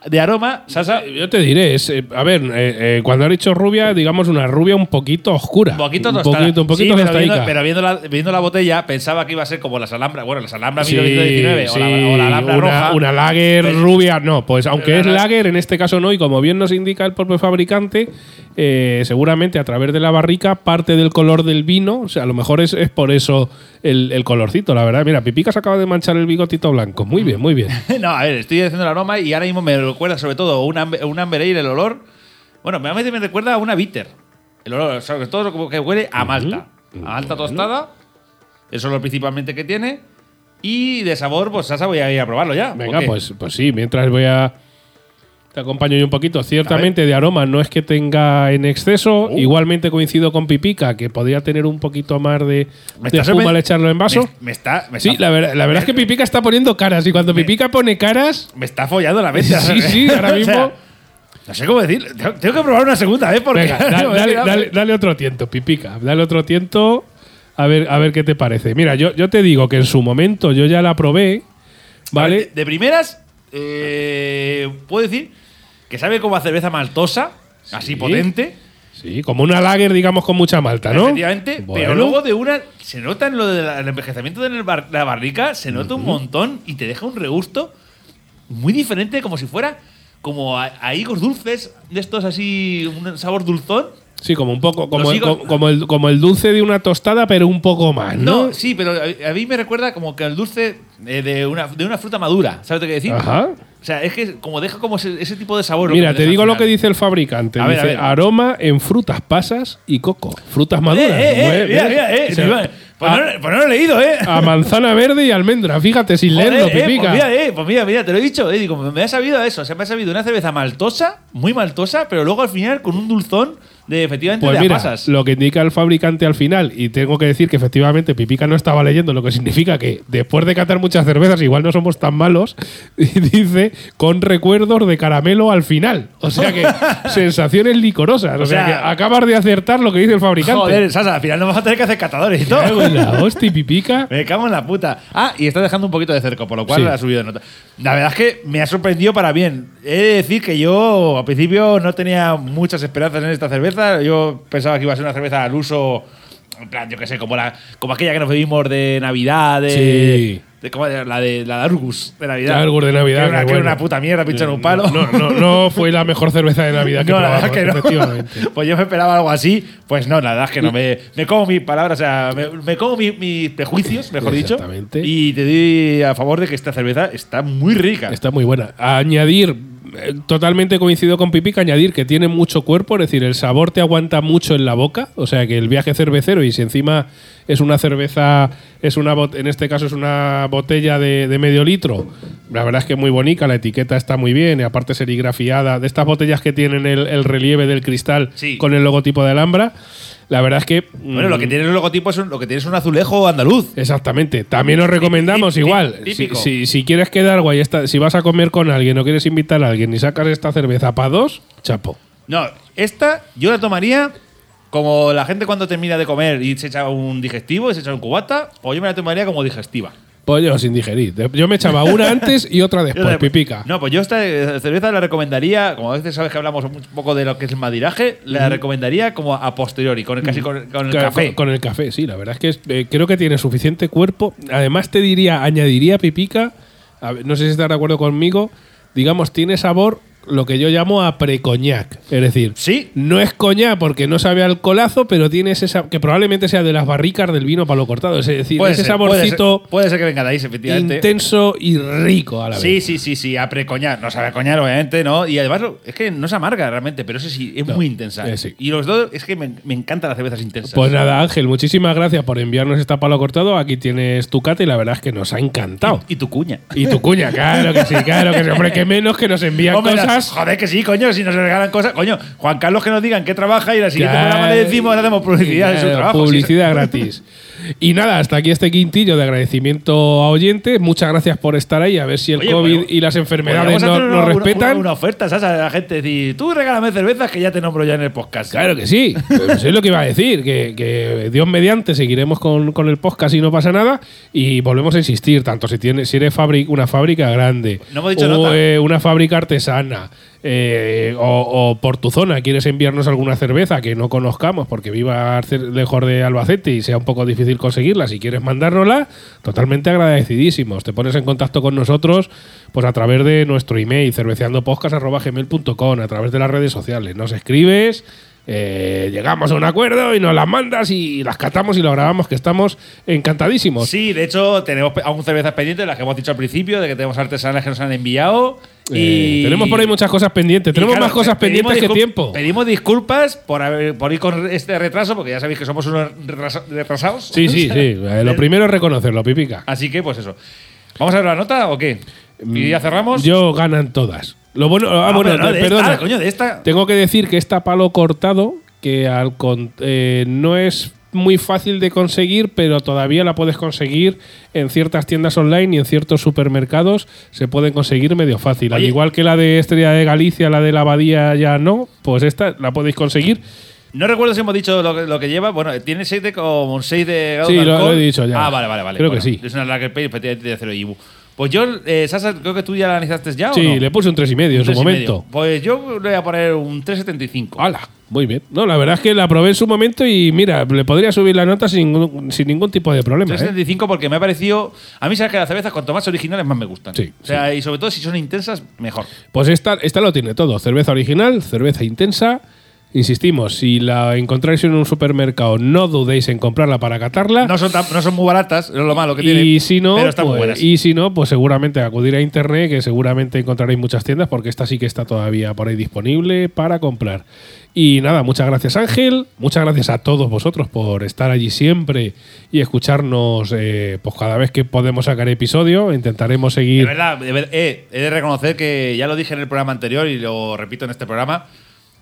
[SPEAKER 2] De aroma, Sasa,
[SPEAKER 1] Yo te diré, es, eh, a ver, eh, eh, cuando has dicho rubia, digamos una rubia un poquito oscura.
[SPEAKER 2] un poquito
[SPEAKER 1] un
[SPEAKER 2] tostada.
[SPEAKER 1] poquito, un poquito
[SPEAKER 2] Sí, pero,
[SPEAKER 1] tostadica.
[SPEAKER 2] viendo, pero viendo la, viendo la botella, pensaba que iba a ser como las alhambras. Bueno, las alhambras
[SPEAKER 1] Sí,
[SPEAKER 2] 1919 o,
[SPEAKER 1] sí,
[SPEAKER 2] la, o la alhambra
[SPEAKER 1] una,
[SPEAKER 2] roja.
[SPEAKER 1] una lager
[SPEAKER 2] Pero-
[SPEAKER 1] rubia, no, pues aunque
[SPEAKER 2] Pero
[SPEAKER 1] es
[SPEAKER 2] la-
[SPEAKER 1] lager, en este caso no, y como bien nos indica el propio fabricante, eh, seguramente a través de la barrica parte del color del vino, o sea, a lo mejor es, es por eso el, el colorcito, la verdad. Mira, Pipica se acaba de manchar el bigotito blanco, muy bien, muy bien.
[SPEAKER 2] No, a ver, estoy haciendo el aroma y ahora mismo me recuerda sobre todo un, ambe- un amber ale, el olor. Bueno, me- a veces me recuerda a una bitter. El olor, sobre todo lo como que huele a malta. A malta tostada. Eso es lo principalmente que tiene. Y de sabor, pues Sasa voy a ir a probarlo ya.
[SPEAKER 1] Venga,
[SPEAKER 2] porque-
[SPEAKER 1] pues, pues sí, mientras voy a. Te acompaño yo un poquito. Ciertamente de aroma no es que tenga en exceso.
[SPEAKER 2] Uh.
[SPEAKER 1] Igualmente coincido con Pipica, que podría tener un poquito más de,
[SPEAKER 2] Me
[SPEAKER 1] de
[SPEAKER 2] está
[SPEAKER 1] espuma
[SPEAKER 2] sorpre-
[SPEAKER 1] al echarlo en vaso.
[SPEAKER 2] Me, me está. Me
[SPEAKER 1] sí,
[SPEAKER 2] está,
[SPEAKER 1] la, ver- la verdad es que Pipica está poniendo caras. Y cuando Pipica pone caras.
[SPEAKER 2] me está follando la mente.
[SPEAKER 1] Sí, sí, ahora mismo.
[SPEAKER 2] no sé cómo decir. Tengo, tengo que probar una segunda, ¿eh? Porque.
[SPEAKER 1] Venga, da-
[SPEAKER 2] me he
[SPEAKER 1] dale,
[SPEAKER 2] quedado-
[SPEAKER 1] dale- dale otro tiento, Pipica. Dale otro tiento. A ver, a ver qué te parece. Mira, yo, yo te digo que en su momento yo ya la probé. ¿Vale?
[SPEAKER 2] De, de primeras, eh, puedo decir que sabe como a cerveza maltosa, así potente.
[SPEAKER 1] Sí, como una lager, digamos, con mucha malta, ¿no?
[SPEAKER 2] Efectivamente,
[SPEAKER 1] Bueno.
[SPEAKER 2] pero luego de una. Se nota en lo del envejecimiento de la bar- la barrica, se nota un montón y te deja un regusto muy diferente, como si fuera como a, a higos dulces, de estos así, un sabor dulzón.
[SPEAKER 1] Sí, como un poco, como,
[SPEAKER 2] Los
[SPEAKER 1] el,
[SPEAKER 2] higos-
[SPEAKER 1] co- como, el, como el dulce de una tostada, pero un poco más,
[SPEAKER 2] No,
[SPEAKER 1] Ah, ¿no?
[SPEAKER 2] sí, pero a, a mí me recuerda como que al dulce eh, de, una, de una fruta madura, ¿sabes lo que decir?
[SPEAKER 1] Ajá.
[SPEAKER 2] O sea, es que como deja como ese, ese tipo de sabor. lo
[SPEAKER 1] Mira,
[SPEAKER 2] me
[SPEAKER 1] te
[SPEAKER 2] deja
[SPEAKER 1] digo
[SPEAKER 2] pues al
[SPEAKER 1] lo que
[SPEAKER 2] final.
[SPEAKER 1] dice el fabricante.
[SPEAKER 2] A ver,
[SPEAKER 1] dice
[SPEAKER 2] a ver.
[SPEAKER 1] aroma en frutas pasas y coco. Frutas maduras.
[SPEAKER 2] Eh, eh, eh,
[SPEAKER 1] Güey,
[SPEAKER 2] mira,
[SPEAKER 1] ¿ves?
[SPEAKER 2] mira, eh,
[SPEAKER 1] O sea,
[SPEAKER 2] Iván, pues, no, pues no lo he leído, ¿eh?
[SPEAKER 1] a, a manzana verde y almendra. Fíjate, sin
[SPEAKER 2] Joder,
[SPEAKER 1] leerlo,
[SPEAKER 2] eh,
[SPEAKER 1] pipica.
[SPEAKER 2] pues mira, eh, pues mira, mira, te lo he dicho. eh, digo, me ha sabido a eso. O sea, me ha sabido una cerveza maltosa, muy maltosa, pero luego al final con un dulzón de efectivamente
[SPEAKER 1] Pues
[SPEAKER 2] de
[SPEAKER 1] mira,
[SPEAKER 2] pasas.
[SPEAKER 1] lo que indica el fabricante al final, y tengo que decir que efectivamente Pipica no estaba leyendo, lo que significa que después de catar muchas cervezas, igual no somos tan malos, y dice con recuerdos de caramelo al final. O sea que sensaciones licorosas. O,
[SPEAKER 2] O
[SPEAKER 1] sea,
[SPEAKER 2] sea-
[SPEAKER 1] que acabas de acertar lo que dice el fabricante.
[SPEAKER 2] Joder, Sasa, al final nos vamos a tener que hacer catadores y todo.
[SPEAKER 1] Cago en la hostia, y Pipica.
[SPEAKER 2] Me cago en la puta. Ah, y está dejando un poquito de cerco, por lo cual
[SPEAKER 1] Sí.
[SPEAKER 2] ha subido de nota. La verdad es que me ha sorprendido para bien. He de decir que yo al principio no tenía muchas esperanzas en esta cerveza. Yo pensaba que iba a ser una cerveza al uso, en plan, yo qué sé, como, la, como aquella que nos bebimos de Navidad, de.
[SPEAKER 1] Sí.
[SPEAKER 2] de- ¿cómo era? la de la de Argus de Navidad.
[SPEAKER 1] La Argus de Navidad,
[SPEAKER 2] Que era una,
[SPEAKER 1] qué
[SPEAKER 2] que era
[SPEAKER 1] bueno.
[SPEAKER 2] una puta mierda, pinchar un palo.
[SPEAKER 1] No, no, no fue la mejor cerveza de Navidad que
[SPEAKER 2] No, la verdad es
[SPEAKER 1] probamos,
[SPEAKER 2] que no.
[SPEAKER 1] efectivamente.
[SPEAKER 2] Pues yo me esperaba algo así. Pues no, la verdad es que no. Me, me como mis palabras, o sea, me, me como mi- mis prejuicios, mejor dicho.
[SPEAKER 1] Exactamente.
[SPEAKER 2] Y te doy a favor de que esta cerveza está muy rica.
[SPEAKER 1] Está muy buena. A añadir, eh, totalmente coincido con Pipica, añadir que tiene mucho cuerpo, es decir, el sabor te aguanta mucho en la boca, o sea que el viaje cervecero y si encima es una cerveza, es una bot- en este caso es una botella de, de medio litro, la verdad es que es muy bonita, la etiqueta está muy bien, y aparte serigrafiada, de estas botellas que tienen el, el relieve del cristal
[SPEAKER 2] Sí.
[SPEAKER 1] con el logotipo de Alhambra, la verdad es que...
[SPEAKER 2] Bueno, lo que tiene el logotipo es un, lo que tiene es un azulejo andaluz.
[SPEAKER 1] Exactamente. También os recomendamos
[SPEAKER 2] Tí- tí-
[SPEAKER 1] igual. Si,
[SPEAKER 2] típico.
[SPEAKER 1] si- si quieres quedar guay, esta, si vas a comer con alguien o quieres invitar a alguien y sacas esta cerveza para dos, chapo.
[SPEAKER 2] No, esta yo la tomaría como pues la gente cuando termina de comer y se echa un digestivo y se echa un cubata, o yo me la tomaría como digestiva.
[SPEAKER 1] Pues yo sin digerir. De- Yo me echaba una antes y otra
[SPEAKER 2] Yo
[SPEAKER 1] después,
[SPEAKER 2] la-
[SPEAKER 1] pipica.
[SPEAKER 2] No, pues yo esta eh, cerveza la recomendaría, como a veces sabes que hablamos un poco de lo que es el madiraje, la recomendaría como a posteriori, con el, casi con, con el
[SPEAKER 1] Claro,
[SPEAKER 2] café.
[SPEAKER 1] Con, con el café, sí, la verdad es que es- eh, creo que tiene suficiente cuerpo. Además, te diría, añadiría pipica, a ver, no sé si estás de acuerdo conmigo, digamos, tiene sabor lo que yo llamo a precoñac. Es decir,
[SPEAKER 2] Sí.
[SPEAKER 1] no es coñac porque no sabe al colazo, pero tiene ese sabor, que probablemente sea de las barricas del vino palo cortado. Es decir,
[SPEAKER 2] Puede
[SPEAKER 1] ese
[SPEAKER 2] ser, puede ser-
[SPEAKER 1] saborcito
[SPEAKER 2] Puede ser, que venga de ahí, efectivamente.
[SPEAKER 1] intenso y rico a la vez.
[SPEAKER 2] Sí, sí, sí, sí, a precoñar. No sabe a coñar, obviamente, ¿no? Y además, lo- es que no se amarga realmente, pero eso sí, es
[SPEAKER 1] No,
[SPEAKER 2] muy intensa.
[SPEAKER 1] eh, sí.
[SPEAKER 2] Y los dos, es que me, me encantan las cervezas intensas.
[SPEAKER 1] Pues nada, Ángel, muchísimas gracias por enviarnos esta palo cortado. Aquí tienes tu cata y la verdad es que nos ha encantado.
[SPEAKER 2] Y tu cuña.
[SPEAKER 1] Y tu cuña, claro que sí, claro que sí. Hombre, que menos que nos envían
[SPEAKER 2] Hombre, las-
[SPEAKER 1] cosas.
[SPEAKER 2] joder, que sí, coño, si nos regalan cosas. Coño, Juan Carlos, que nos digan qué trabaja y la siguiente
[SPEAKER 1] Claro.
[SPEAKER 2] programa le decimos, le hacemos publicidad de su
[SPEAKER 1] Claro,
[SPEAKER 2] trabajo. sí,
[SPEAKER 1] eh, Publicidad gratis. Y nada, hasta aquí este quintillo de agradecimiento a oyentes. Muchas gracias por estar ahí. A ver si el
[SPEAKER 2] Oye,
[SPEAKER 1] COVID
[SPEAKER 2] pues,
[SPEAKER 1] y las enfermedades
[SPEAKER 2] Podríamos
[SPEAKER 1] no-
[SPEAKER 2] hacer
[SPEAKER 1] nos
[SPEAKER 2] una- una-
[SPEAKER 1] respetan.
[SPEAKER 2] Una, una oferta, ¿sabes? A la gente decir, tú regálame cervezas que ya te nombro ya en el podcast.
[SPEAKER 1] Claro que sí, eso es lo que iba a decir, que, que Dios mediante seguiremos con, con el podcast y no pasa nada y volvemos a insistir, tanto si, tienes, si eres fabri- una fábrica grande
[SPEAKER 2] No hemos dicho
[SPEAKER 1] o
[SPEAKER 2] nota.
[SPEAKER 1] eh, una fábrica artesana eh, o, o por tu zona quieres enviarnos alguna cerveza que no conozcamos porque viva cer- lejos de Albacete y sea un poco difícil conseguirla, si quieres mandárnosla, totalmente agradecidísimos, te pones en contacto con nosotros pues a través de nuestro email cerveceandopodcast.com, a través de las redes sociales, nos escribes eh, llegamos a un acuerdo y nos las mandas y las catamos y lo grabamos, que estamos encantadísimos.
[SPEAKER 2] Sí, de hecho, tenemos pe- aún cervezas pendientes, las que hemos dicho al principio, de que tenemos artesanas que nos han enviado.
[SPEAKER 1] Eh,
[SPEAKER 2] y
[SPEAKER 1] tenemos por ahí muchas cosas pendientes.
[SPEAKER 2] y
[SPEAKER 1] Tenemos
[SPEAKER 2] claro,
[SPEAKER 1] más cosas
[SPEAKER 2] pe- pedimos
[SPEAKER 1] pendientes que
[SPEAKER 2] discul-
[SPEAKER 1] tiempo.
[SPEAKER 2] Pedimos disculpas por, haber- por ir con este retraso, porque ya sabéis que somos unos retrasa- retrasados.
[SPEAKER 1] Sí, sí, sí. Eh, Lo primero es reconocerlo, pipica.
[SPEAKER 2] Así que, pues eso. ¿Vamos a ver la nota o qué?
[SPEAKER 1] Mm,
[SPEAKER 2] ¿Y ya cerramos?
[SPEAKER 1] Yo ganan todas. Lo bueno, ah,
[SPEAKER 2] Ah,
[SPEAKER 1] bueno,
[SPEAKER 2] pero no, de esta,
[SPEAKER 1] perdona.
[SPEAKER 2] coño, de esta.
[SPEAKER 1] Tengo que decir que esta palo cortado, que al con- eh, no es muy fácil de conseguir, pero todavía la puedes conseguir en ciertas tiendas online y en ciertos supermercados se pueden conseguir medio fácil. Al
[SPEAKER 2] Oye.
[SPEAKER 1] igual que la de Estrella de Galicia, la de la Abadía ya no, pues esta la podéis conseguir.
[SPEAKER 2] No recuerdo si hemos dicho lo, que- lo que lleva. Bueno, tiene 6 de como un 6 de grado
[SPEAKER 1] Sí,
[SPEAKER 2] de
[SPEAKER 1] lo-
[SPEAKER 2] alcohol.
[SPEAKER 1] lo he dicho ya.
[SPEAKER 2] Ah, vale, vale, vale.
[SPEAKER 1] Creo que sí.
[SPEAKER 2] Es una Lager Pale, efectivamente, de cero IBU. Pues yo, eh, Sasa, creo que tú ya la analizaste ya,
[SPEAKER 1] sí,
[SPEAKER 2] Ah, ¿o no?
[SPEAKER 1] le puse un 3,5 en
[SPEAKER 2] Un
[SPEAKER 1] su
[SPEAKER 2] tres y medio.
[SPEAKER 1] momento. Ah,
[SPEAKER 2] Pues yo le voy a poner un 3,75.
[SPEAKER 1] ¡Hala! Muy bien. No, la verdad es que la probé en su momento y mira, le podría subir la nota sin, ningún- sin ningún tipo de problema. ¿eh?
[SPEAKER 2] 3,75 porque me ha parecido. A mí, sabes que las cervezas, cuanto más originales, más me gustan.
[SPEAKER 1] Sí,
[SPEAKER 2] O sea, y sobre todo si son intensas, mejor.
[SPEAKER 1] Pues esta, esta lo tiene todo. Cerveza original, cerveza intensa. Insistimos, si la encontráis en un supermercado, no dudéis en comprarla para catarla.
[SPEAKER 2] No son, tan- no son muy baratas, es lo malo que tienen.
[SPEAKER 1] Ah. y si no,
[SPEAKER 2] pero están muy
[SPEAKER 1] pues,
[SPEAKER 2] buenas.
[SPEAKER 1] y si no, pues seguramente acudir a internet, que seguramente encontraréis muchas tiendas, porque esta sí que está todavía por ahí disponible para comprar. Y nada, muchas gracias Ángel, muchas gracias a todos vosotros por estar allí siempre y escucharnos eh, pues cada vez que podemos sacar episodio. Intentaremos
[SPEAKER 2] De
[SPEAKER 1] seguir
[SPEAKER 2] verdad, de ver- eh, he de reconocer que ya lo dije en el programa anterior y lo repito en este programa.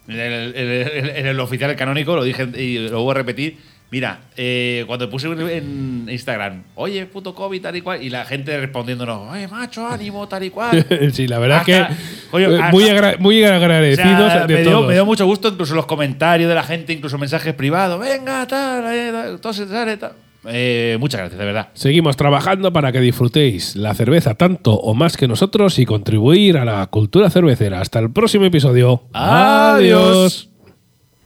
[SPEAKER 2] En el, en el- en el- en el oficial canónico lo dije y lo voy a repetir. Mira, eh, cuando puse en Instagram, oye, puto COVID, tal y cual, y la gente respondiéndonos, oye, macho, ánimo, tal y cual.
[SPEAKER 1] sí, la verdad es
[SPEAKER 2] Hasta-
[SPEAKER 1] que
[SPEAKER 2] coño,
[SPEAKER 1] eh,
[SPEAKER 2] hasta-
[SPEAKER 1] muy, agra- muy
[SPEAKER 2] O sea,
[SPEAKER 1] agradecidos de
[SPEAKER 2] me, dio,
[SPEAKER 1] todos.
[SPEAKER 2] me dio mucho gusto, incluso los comentarios de la gente, incluso mensajes privados, venga, tal, eh, tal, todo se sale, tal. Eh, muchas gracias, de verdad.
[SPEAKER 1] Seguimos trabajando para que disfrutéis la cerveza tanto o más que nosotros y contribuir a la cultura cervecera. Hasta el próximo episodio.
[SPEAKER 2] Adiós.